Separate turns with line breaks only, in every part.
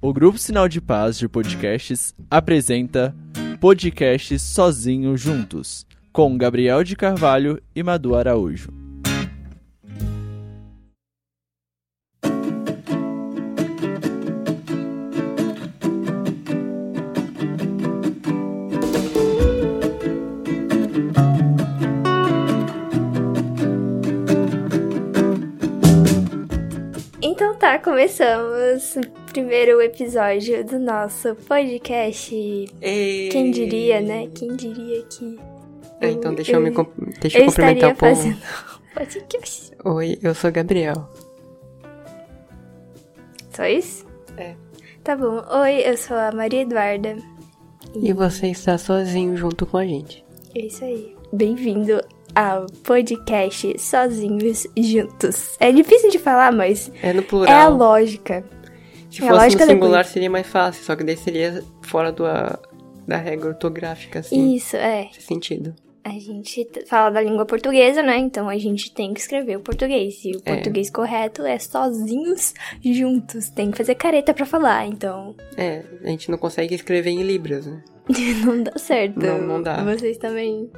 O Grupo Sinal de Paz de Podcasts apresenta Podcasts Sozinho Juntos, com Gabriel de Carvalho e Madu Araújo.
Então tá, começamos o primeiro episódio do nosso podcast.
Ei.
Quem diria, né? Quem diria que
É, então deixa eu, me com- deixa eu
eu
cumprimentar
estaria
o povo.
fazendo um podcast?
Oi, eu sou Gabriel.
Só isso?
É.
Tá bom. Oi, eu sou a Maria Eduarda.
E você está sozinho junto com a gente.
É isso aí. Bem-vindo ao podcast Sozinhos Juntos. É difícil de falar, mas
É no
é a
plural.
lógica.
Se
é a
fosse
lógica
no
da
singular
coisa.
seria mais fácil, só que daí seria fora do, a- da regra ortográfica, assim.
Isso, é.
Faz sentido.
A gente t- fala da língua portuguesa, né? Então a gente tem que escrever o português. E o
É.
português correto é sozinhos juntos. Tem que fazer careta pra falar, então
É, a gente não consegue escrever em libras, né?
não dá certo.
Não, não dá.
Vocês também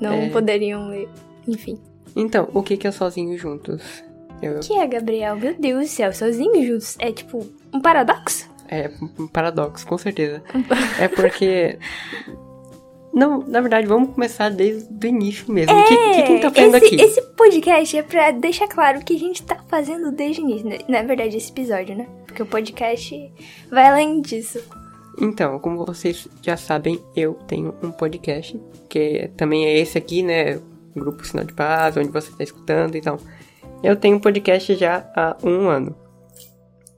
não
É.
poderiam ler. Enfim.
Então, o que que é sozinho juntos? Eu,
O que é, Gabriel? Meu Deus do céu, sozinhos juntos é tipo um paradoxo?
É um paradoxo, com certeza. é porque... Não, na verdade, vamos começar desde o início mesmo. O que, que, que a gente tá fazendo
É, esse,
aqui?
esse podcast é pra deixar claro o que a gente tá fazendo desde o início. né? Na verdade, esse episódio, né? Porque o podcast vai além disso.
Então, como vocês já sabem, eu tenho um podcast, que também é esse aqui, né? Grupo Sinal de Paz, onde você está escutando, então. Eu tenho um podcast já há um ano.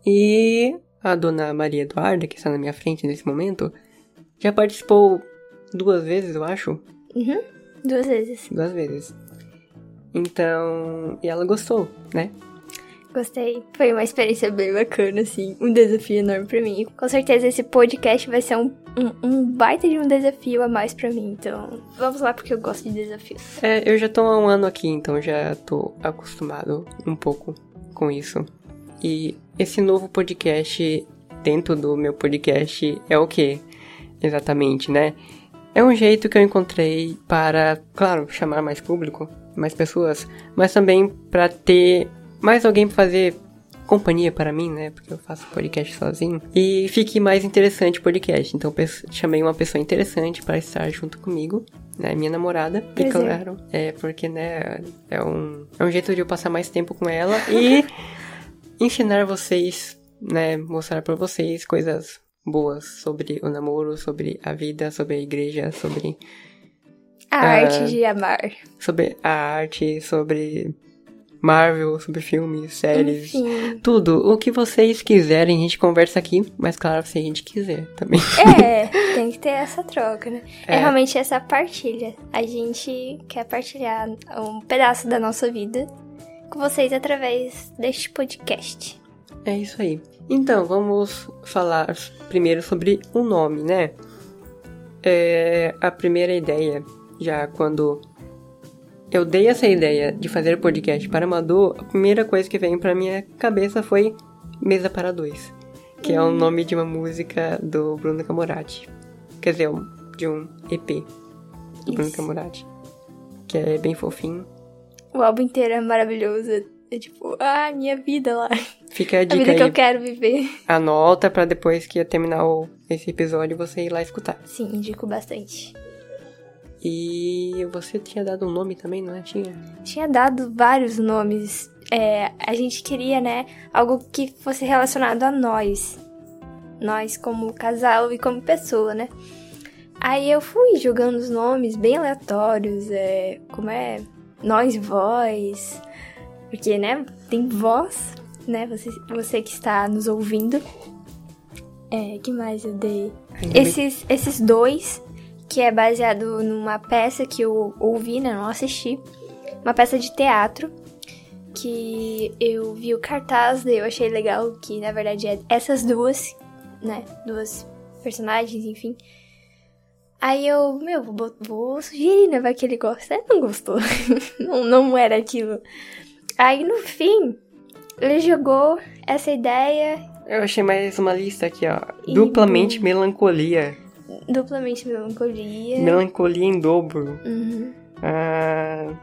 E a dona Maria Eduarda, que está na minha frente nesse momento, já participou duas vezes, eu acho.
Duas vezes.
Duas vezes. Então. E ela gostou, né?
Gostei. Foi uma experiência bem bacana, assim. Um desafio enorme pra mim. Com certeza esse podcast vai ser um, um, um baita de um desafio a mais pra mim. Então, vamos lá, porque eu gosto de desafios.
É, eu já tô há um ano aqui, então já tô acostumado um pouco com isso. E esse novo podcast dentro do meu podcast é o que? Exatamente, né? É um jeito que eu encontrei para, claro, chamar mais público, mais pessoas, mas também para ter mais alguém pra fazer companhia para mim, né? Porque eu faço podcast sozinho. E fique mais interessante o podcast. Então pes- chamei uma pessoa interessante para estar junto comigo, né? Minha namorada. E
Pois é.
claro, é porque, né, é um, é um jeito de eu passar mais tempo com ela e ensinar vocês, né? Mostrar para vocês coisas boas sobre o namoro, sobre a vida, sobre a igreja, sobre
A
Ah.
arte de amar.
sobre a arte, sobre Marvel, sobre filmes, séries,
Enfim.
tudo. O que vocês quiserem, a gente conversa aqui, mas claro, se a gente quiser também.
É, tem que ter essa troca, né? É.
É.
realmente essa partilha. A gente quer partilhar um pedaço da nossa vida com vocês através deste podcast.
É isso aí. Então, vamos falar primeiro sobre o nome, né? É, a primeira ideia, já quando eu dei essa ideia de fazer podcast para Madu, a primeira coisa que veio pra minha cabeça foi Mesa para Dois, que
Hum.
é o nome de uma música do Bruno Camorati. Quer dizer, um- de um EP do Bruno
Isso.
Camorati. Que é bem fofinho.
O álbum inteiro é maravilhoso. É tipo, ah, minha vida lá.
Fica a
A
dica
vida que
aí.
eu quero viver.
Anota pra depois que terminar o- esse episódio você ir lá escutar.
Sim, indico bastante.
E você tinha dado um nome também, não é? Tinha?
Tinha dado vários nomes. É, a gente queria, né, algo que fosse relacionado a nós. Nós como casal e como pessoa, né? Aí eu fui jogando os nomes bem aleatórios, é, como é? Nós voz. Porque, né, tem voz, né? Você, você que está nos ouvindo. É, que mais eu dei? Esses, esses dois, que é baseado numa peça que eu ouvi, né? Não assisti. Uma peça de teatro. Que eu vi o cartaz, daí eu achei legal que, na verdade, é essas duas, né? Duas personagens, enfim. Aí eu, meu, vou, bot- vou sugerir, né? Vai que ele gosta. Ele não gostou. não, não era aquilo. Aí, no fim, ele jogou essa ideia
Eu achei mais uma lista aqui, ó. Duplamente melancolia.
Duplamente melancolia.
Melancolia em dobro.
É. Uhum.
Ah...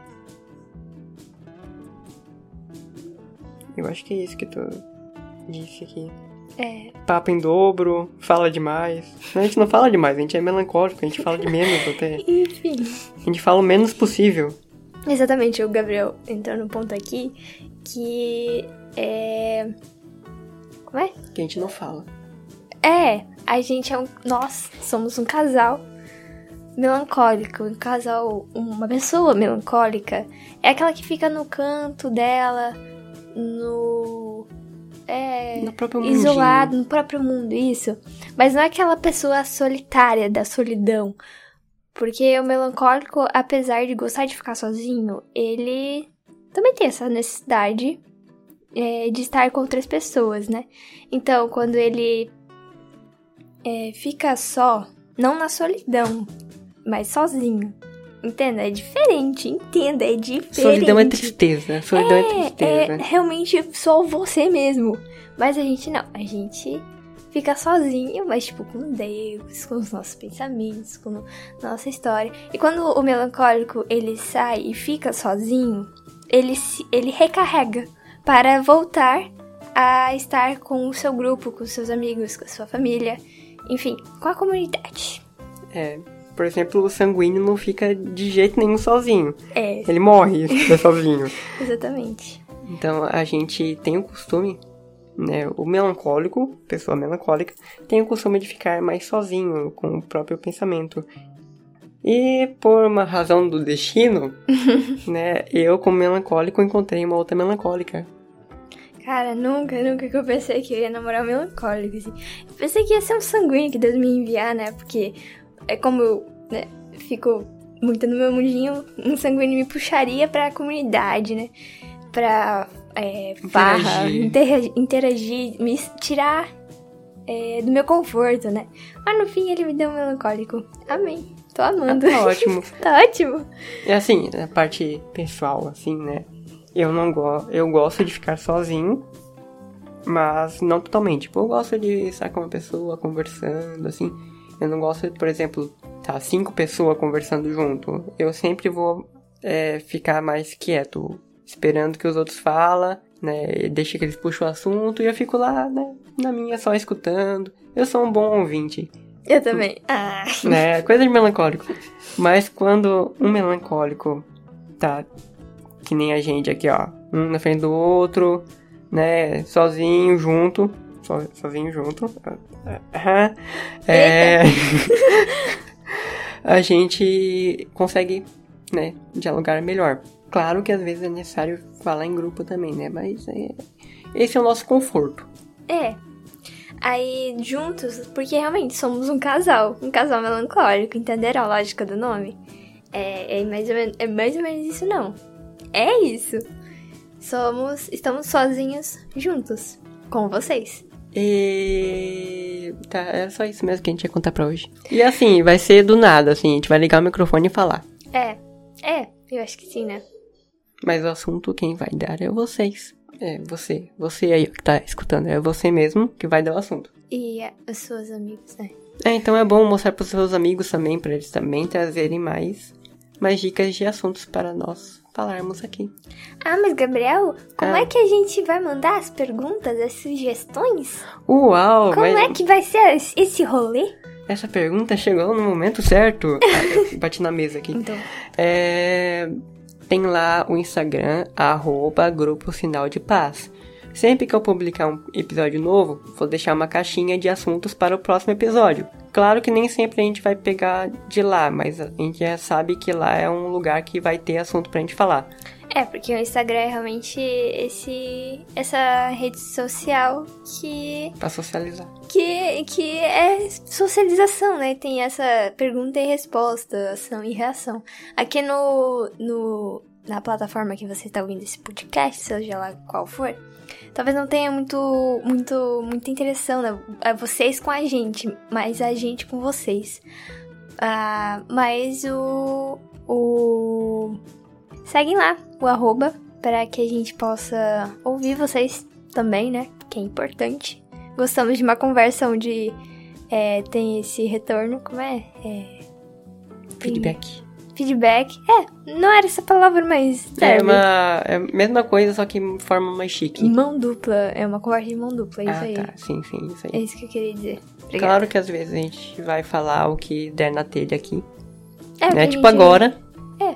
Eu acho que é isso que tu disse aqui.
É,
Papo em dobro, fala demais. Não, a gente não fala demais, a gente é melancólico, a gente fala de menos até.
enfim.
A gente fala o menos possível.
Exatamente, o Gabriel entrou no ponto aqui que é. Como é?
Que a gente não fala.
É, a gente é um. Nós somos um casal melancólico, um casal. Uma pessoa melancólica é aquela que fica no canto dela, no. É.
No próprio mundinho.
Isolado no próprio mundo, isso. Mas não é aquela pessoa solitária da solidão. Porque o melancólico, apesar de gostar de ficar sozinho, ele também tem essa necessidade é, de estar com outras pessoas, né? Então, quando ele é, fica só, não na solidão, mas sozinho. Entenda? É diferente, entenda, é diferente.
Solidão é tristeza. Solidão é,
É,
tristeza.
realmente só você mesmo. Mas a gente não, a gente fica sozinho, mas tipo com Deus, com os nossos pensamentos, com nossa história. E quando o melancólico ele sai e fica sozinho, ele se, ele recarrega para voltar a estar com o seu grupo, com os seus amigos, com a sua família, enfim, com a comunidade.
É. Por exemplo, o sanguíneo não fica de jeito nenhum sozinho.
É,
Ele morre se fica sozinho.
exatamente.
Então a gente tem o costume, né? O melancólico, pessoa melancólica, tem o costume de ficar mais sozinho com o próprio pensamento. E por uma razão do destino, né? Eu, como melancólico, encontrei uma outra melancólica.
Cara, nunca, nunca que eu pensei que eu ia namorar um melancólico, assim. Eu pensei que ia ser um sanguíneo que Deus me ia enviar, né? Porque é como eu né, fico muito no meu mundinho, um sanguíneo me puxaria pra comunidade, né? Pra é, farra,
Interagir.
interagir, interagir me tirar é, do meu conforto, né? Mas no fim ele me deu um melancólico. Amém. Tô amando.
Tá ótimo.
tá ótimo.
É assim, a parte pessoal, assim, né? Eu não gosto. Eu gosto de ficar sozinho, mas não totalmente. Tipo, eu gosto de estar com uma pessoa conversando, assim. Eu não gosto, por exemplo, tá cinco pessoas conversando junto. Eu sempre vou é, ficar mais quieto, esperando que os outros falem, né? Deixa que eles puxem o assunto e eu fico lá, né? Na minha, só escutando. Eu sou um bom ouvinte
Eu também. Ah.
né? Coisa de melancólico. Mas quando um melancólico tá que nem a gente aqui, ó, um na frente do outro, né, sozinho, junto, so- sozinho, junto. Aham. É, a gente consegue, né, dialogar melhor. Claro que às vezes é necessário falar em grupo também, né? Mas é, esse é o nosso conforto.
É. Aí, juntos, porque realmente somos um casal, um casal melancólico, entenderam a lógica do nome? É, é mais, ou men- é mais ou menos isso, não. É isso. Somos, estamos sozinhos juntos, com vocês.
E tá, é só isso mesmo que a gente ia contar pra hoje. E assim, vai ser do nada, assim, a gente vai ligar o microfone e falar.
É, é, eu acho que sim, né?
Mas o assunto quem vai dar é vocês. É você, você aí que tá escutando, é você mesmo que vai dar o assunto.
E é, os seus amigos, né?
É, então é bom mostrar pros seus amigos também, pra eles também trazerem mais, mais dicas de assuntos para nós falarmos aqui.
Ah, mas Gabriel, como
Ah.
é que a gente vai mandar as perguntas, as sugestões?
Uau!
como
mas
é que vai ser esse- esse rolê?
Essa pergunta chegou no momento certo. Ah, eu Bati na mesa aqui.
Então,
É, tem lá o Instagram, arroba Grupo Sinal de Paz. Sempre que eu publicar um episódio novo, vou deixar uma caixinha de assuntos para o próximo episódio. Claro que nem sempre a gente vai pegar de lá, mas a gente já sabe que lá é um lugar que vai ter assunto pra gente falar.
É, porque o Instagram é realmente esse, essa rede social que,
Pra socializar.
que, que é socialização, né? Tem essa pergunta e resposta, ação e reação. Aqui no, no, na plataforma que você está ouvindo esse podcast, seja lá qual for, talvez não tenha muito, muito, muita interação, né? É Vocês com a gente, mas a gente com vocês. Ah, mas o, o Seguem lá o arroba para que a gente possa ouvir vocês também, né? Que é importante. Gostamos de uma conversa onde é, tem esse retorno, como é? é
Feedback.
feedback. É, não era essa palavra, mas
É
serve.
uma é a mesma coisa, só que em forma mais chique.
Mão dupla, é uma conversa de mão dupla, é isso aí.
ah, tá. Sim, sim, isso aí.
É isso que eu queria dizer. Obrigada.
Claro que às vezes a gente vai falar o que der na telha aqui.
É, porque
né?
a gente-
Tipo agora.
É.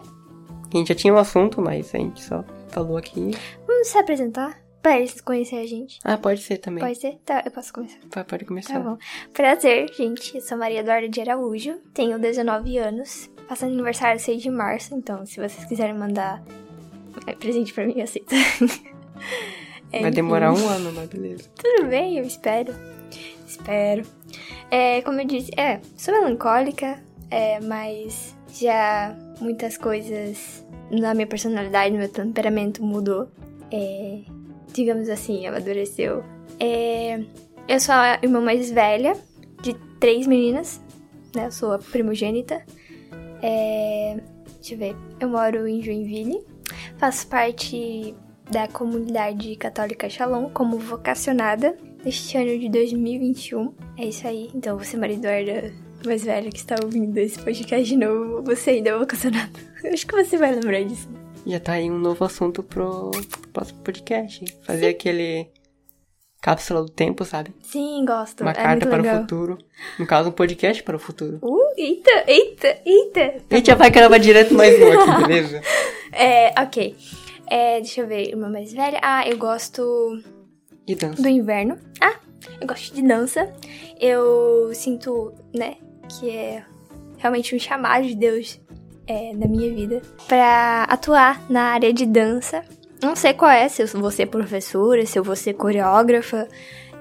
A gente já tinha um assunto, mas a gente só falou aqui.
Vamos se apresentar pra eles conhecerem a gente.
Ah, pode ser também.
Pode ser? Tá, eu posso começar.
Pode, pode começar.
Tá bom. Prazer, gente. Eu sou Maria Eduarda de Araújo. Tenho 19 anos. Passando aniversário 6 de março. Então, se vocês quiserem mandar é, presente pra mim, eu aceito. É,
Vai demorar
enfim.
um ano, mas beleza.
Tudo bem, eu espero. Espero. É, como eu disse, é, sou melancólica, é, mas já muitas coisas na minha personalidade, no meu temperamento mudou. É, digamos assim, amadureceu. É, eu sou a irmã mais velha de três meninas, né? Eu sou a primogênita. É, deixa eu ver. Eu moro em Joinville. Faço parte da comunidade católica Shalom como vocacionada neste ano de 2021. É isso aí. Então, você, Maria Eduarda, mais velha que está ouvindo esse podcast de novo, você ainda é vocacionada. Eu acho que você vai lembrar disso.
Já tá aí um novo assunto pro próximo podcast. Fazer aquele cápsula do tempo, sabe?
Sim, gosto.
Uma
é
carta
muito
para
legal.
o futuro. No caso, um podcast para o futuro.
Uh, eita, eita, eita.
A gente já vai gravar direto mais um aqui, beleza?
É, ok. É, deixa eu ver, irmã mais velha. Ah, eu gosto
E dança.
do inverno. Ah, eu gosto de dança. Eu sinto, né, que é realmente um chamado de Deus é, na minha vida pra atuar na área de dança. Não sei qual é, se eu vou ser professora, se eu vou ser coreógrafa,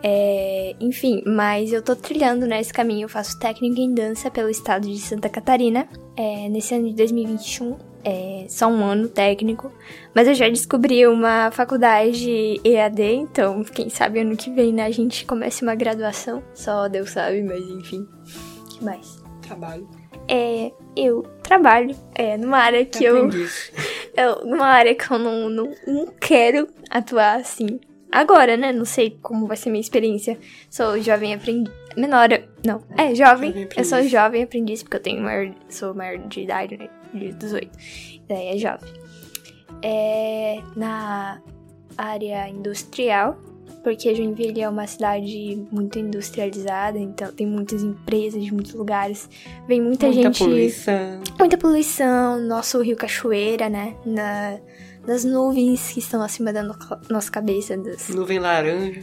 é, enfim, mas eu tô trilhando né, esse caminho. Eu faço técnica em dança pelo estado de Santa Catarina é, nesse ano de 2021. É só um ano técnico, mas eu já descobri uma faculdade EAD, então quem sabe ano que vem né, a gente comece uma graduação. Só Deus sabe, mas enfim. que mais?
Trabalho.
É, eu trabalho é, numa área
Tá
que eu
Aprendiz.
é uma área que eu não, não, não quero atuar assim. Agora, né? Não sei como vai ser minha experiência. Sou jovem aprendiz. Menor. Não, é jovem.
Jovem
eu sou
aprendiz.
jovem aprendiz porque eu tenho maior, sou maior de idade, né? De 18. Daí é jovem. É. Na área industrial. Porque Joinville é uma cidade muito industrializada, então tem muitas empresas de muitos lugares. Vem muita,
Muita
gente
poluição.
muita poluição, nosso rio Cachoeira, né? Na, nas nuvens que estão acima da no- nossa cabeça. Das... é.
Nuvem laranja.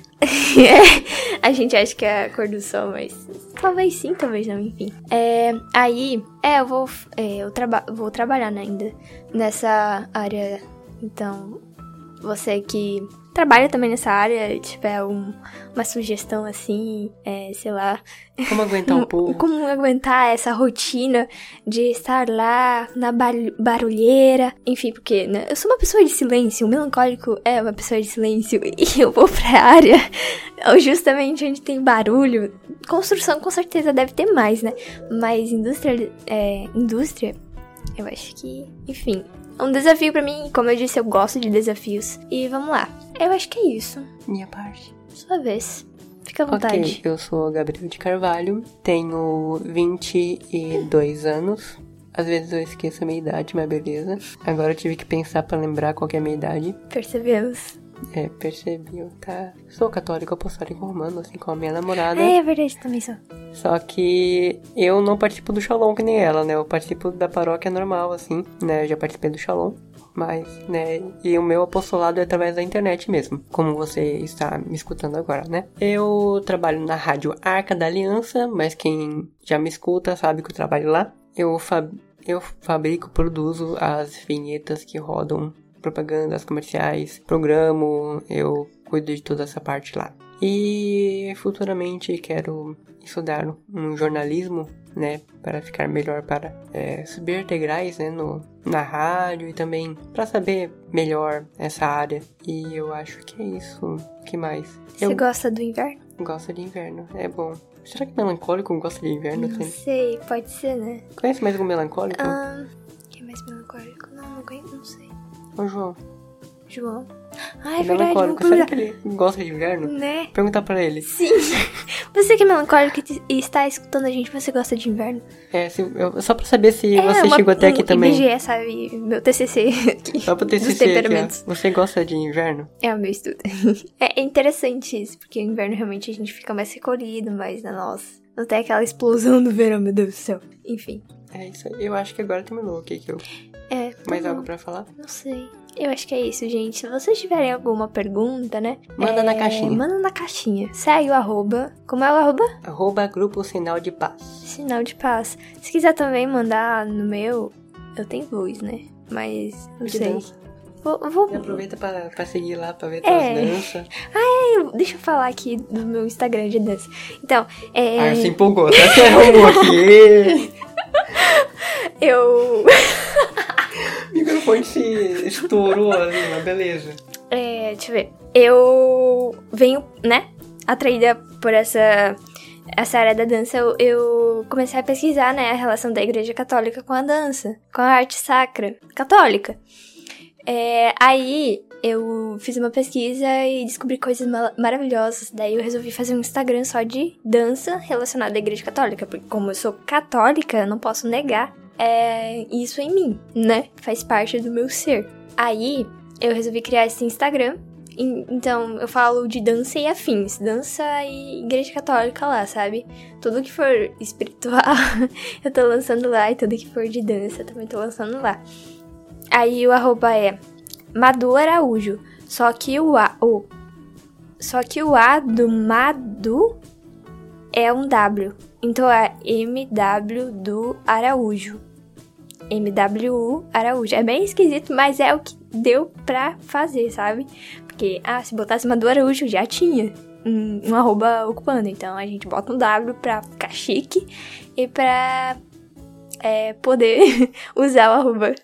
a gente acha que é a cor do sol, mas talvez sim, talvez não, enfim. É, aí, é, eu vou, é, eu traba vou trabalhar né, ainda nessa área. Então, você que trabalha também nessa área, tiver um- uma sugestão assim, é, sei lá,
Como aguentar um pouco?
como aguentar essa rotina de estar lá na bar- barulheira? Enfim, porque né, eu sou uma pessoa de silêncio, o melancólico é uma pessoa de silêncio e eu vou pra área Então, justamente onde tem barulho. Construção com certeza deve ter mais, né? Mas indústria, é, indústria, eu acho que, enfim, é um desafio pra mim. Como eu disse, eu gosto de desafios. E vamos lá. Eu acho que é isso.
Minha parte.
Sua vez. Fica à vontade.
Ok, eu sou a Gabriel de Carvalho, tenho 22 anos. Às vezes eu esqueço a minha idade, mas beleza. Agora eu tive que pensar pra lembrar qual que é a minha idade.
Percebemos.
É, percebi, eu tá. Sou católico apostólico romano, assim como a minha namorada.
É, é verdade, também sou.
Só que eu não participo do Shalom que nem ela, né? Eu participo da paróquia normal, assim, né? Eu já participei do Shalom. Mas, né, e o meu apostolado é através da internet mesmo, como você está me escutando agora, né? Eu trabalho na rádio Arca da Aliança, mas quem já me escuta sabe que eu trabalho lá. Eu, fa eu fabrico, produzo as vinhetas que rodam propagandas comerciais, programo, eu cuido de toda essa parte lá. E futuramente quero estudar um jornalismo, né, para ficar melhor para é, subir degraus, né, no, na rádio e também para saber melhor essa área. E eu acho que é isso. que mais?
Você
Eu
gosta do inverno?
gosto de inverno, é bom. Será que melancólico gosta de inverno?
Não
Tem-
sei, pode ser, né?
Conhece mais algum melancólico?
Ahn. quem é mais melancólico? Não, não conheço, não sei.
Ô João,
João. Ah, é verdade,
melancólico.
vou procurar.
Será que ele gosta de inverno?
Né?
Perguntar pra ele.
Sim. Você que é melancólico e está escutando a gente, você gosta de inverno?
É, se- eu- só pra saber se
É,
você
uma-
chegou até aqui
um
também.
IBGE, sabe? Meu TCC aqui.
Só pra ter
Dos
esse aqui, ó.
temperamentos.
Você gosta de inverno?
É o meu estudo. é interessante isso, porque o inverno realmente a gente fica mais recolhido, mais na nossa. Não tem aquela explosão do verão, meu Deus do céu. Enfim.
É isso aí. Eu acho que agora terminou o que que eu...
É. tá
Mais
bom.
algo pra falar?
Não sei. Eu acho que é isso, gente. Se vocês tiverem alguma pergunta, né?
Manda
é,
na caixinha.
Manda na caixinha. Segue o arroba. Como é o arroba?
Arroba Grupo Sinal de Paz.
Sinal de paz. Se quiser também mandar no meu, eu tenho voz, né? Mas não
Que
sei.
dança.
Vou, vou-
E aproveita pra, pra seguir lá, pra ver tuas
É.
danças.
Eu- deixa eu falar aqui do meu Instagram de dança. Então, é,
Ah, se empolgou. Até se arrumou aqui.
eu
O microfone se estourou ali, mas beleza.
É, deixa eu ver. Eu venho, né, atraída por essa, essa área da dança. Eu, eu comecei a pesquisar, né, a relação da igreja católica com a dança, com a arte sacra católica. É, aí eu fiz uma pesquisa e descobri coisas ma- maravilhosas. Daí eu resolvi fazer um Instagram só de dança relacionada à igreja católica, porque como eu sou católica, eu não posso negar é, isso em mim, né? Faz parte do meu ser. Aí eu resolvi criar esse Instagram. En- Então, eu falo de dança e afins, dança e igreja católica lá, sabe? Tudo que for espiritual, eu tô lançando lá, e tudo que for de dança, eu também tô lançando lá. Aí o arroba é Madu Araújo, só que o A, o, só que o A do Madu é um W, então é MW do Araújo. MWU Araújo. É bem esquisito, mas é o que deu pra fazer, sabe? Porque, ah, se botasse uma do Araújo, já tinha um, um arroba ocupando. Então a gente bota um W pra ficar chique e pra é, poder usar o arroba.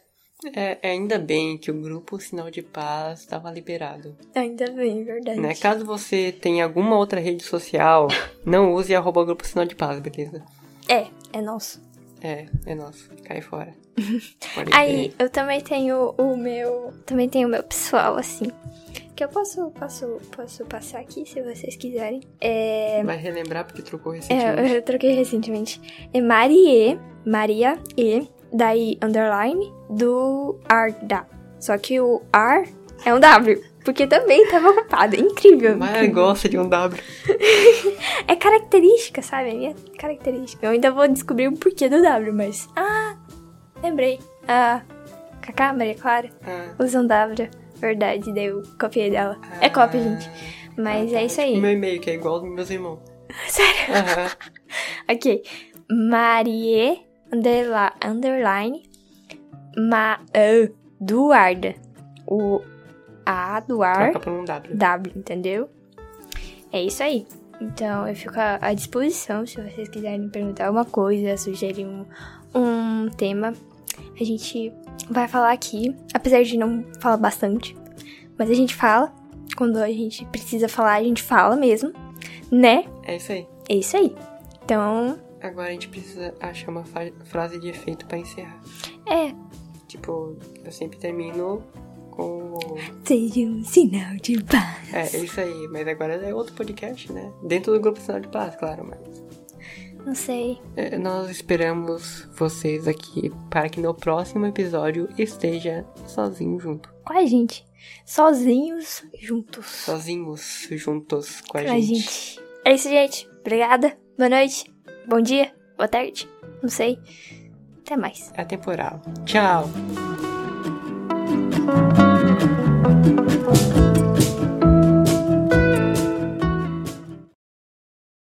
É, ainda bem que o grupo Sinal de Paz estava liberado.
Ainda bem, é verdade.
Né? Caso você tenha alguma outra rede social, não use arroba grupo Sinal de Paz, beleza?
É, é nosso.
É, é nosso. Cai fora. Pode
Aí eu também tenho o meu. Também tenho o meu pessoal, assim. Que eu posso, posso, posso passar aqui se vocês quiserem. É.
crer. Vai relembrar porque trocou recentemente.
É, eu troquei recentemente. É Marie, Maria E, daí underline, do Arda. Só que o ar é um W, porque também tava ocupado. É Incrível.
Mas ela gosta de um W.
É característica, sabe? É minha característica. Eu ainda vou descobrir o porquê do W, mas... Ah, lembrei. Ah, Cacá, Maria Clara,
Ah,
usa um W. Verdade, daí eu copiei dela. É cópia, gente. Mas é isso aí.
tipo Ah, meu e-mail, que é igual dos meus irmãos.
Sério?
Aham.
Ok. Marie underla- underline ma, ah, Duarda. O A do ar
Troca pra um W.
W, entendeu? É isso aí. Então eu fico à à disposição se vocês quiserem perguntar alguma coisa, sugerir um, um tema. A gente vai falar aqui, apesar de não falar bastante, mas a gente fala. Quando a gente precisa falar, a gente fala mesmo, né?
É isso aí.
É isso aí. Então,
Agora a gente precisa achar uma fa- frase de efeito pra encerrar.
é,
Tipo, eu sempre termino com.
Seja um sinal de paz.
É, é isso aí. Mas agora é outro podcast, né? Dentro do grupo Sinal de Paz, claro, mas.
Não sei.
É, Nós esperamos vocês aqui para que no próximo episódio esteja sozinho junto.
Com a gente. Sozinhos, juntos.
Sozinhos, juntos com a
Com a
gente.
gente. É isso, gente. Obrigada. Boa noite. Bom dia. Boa tarde. Não sei. Até mais.
É temporal. Tchau!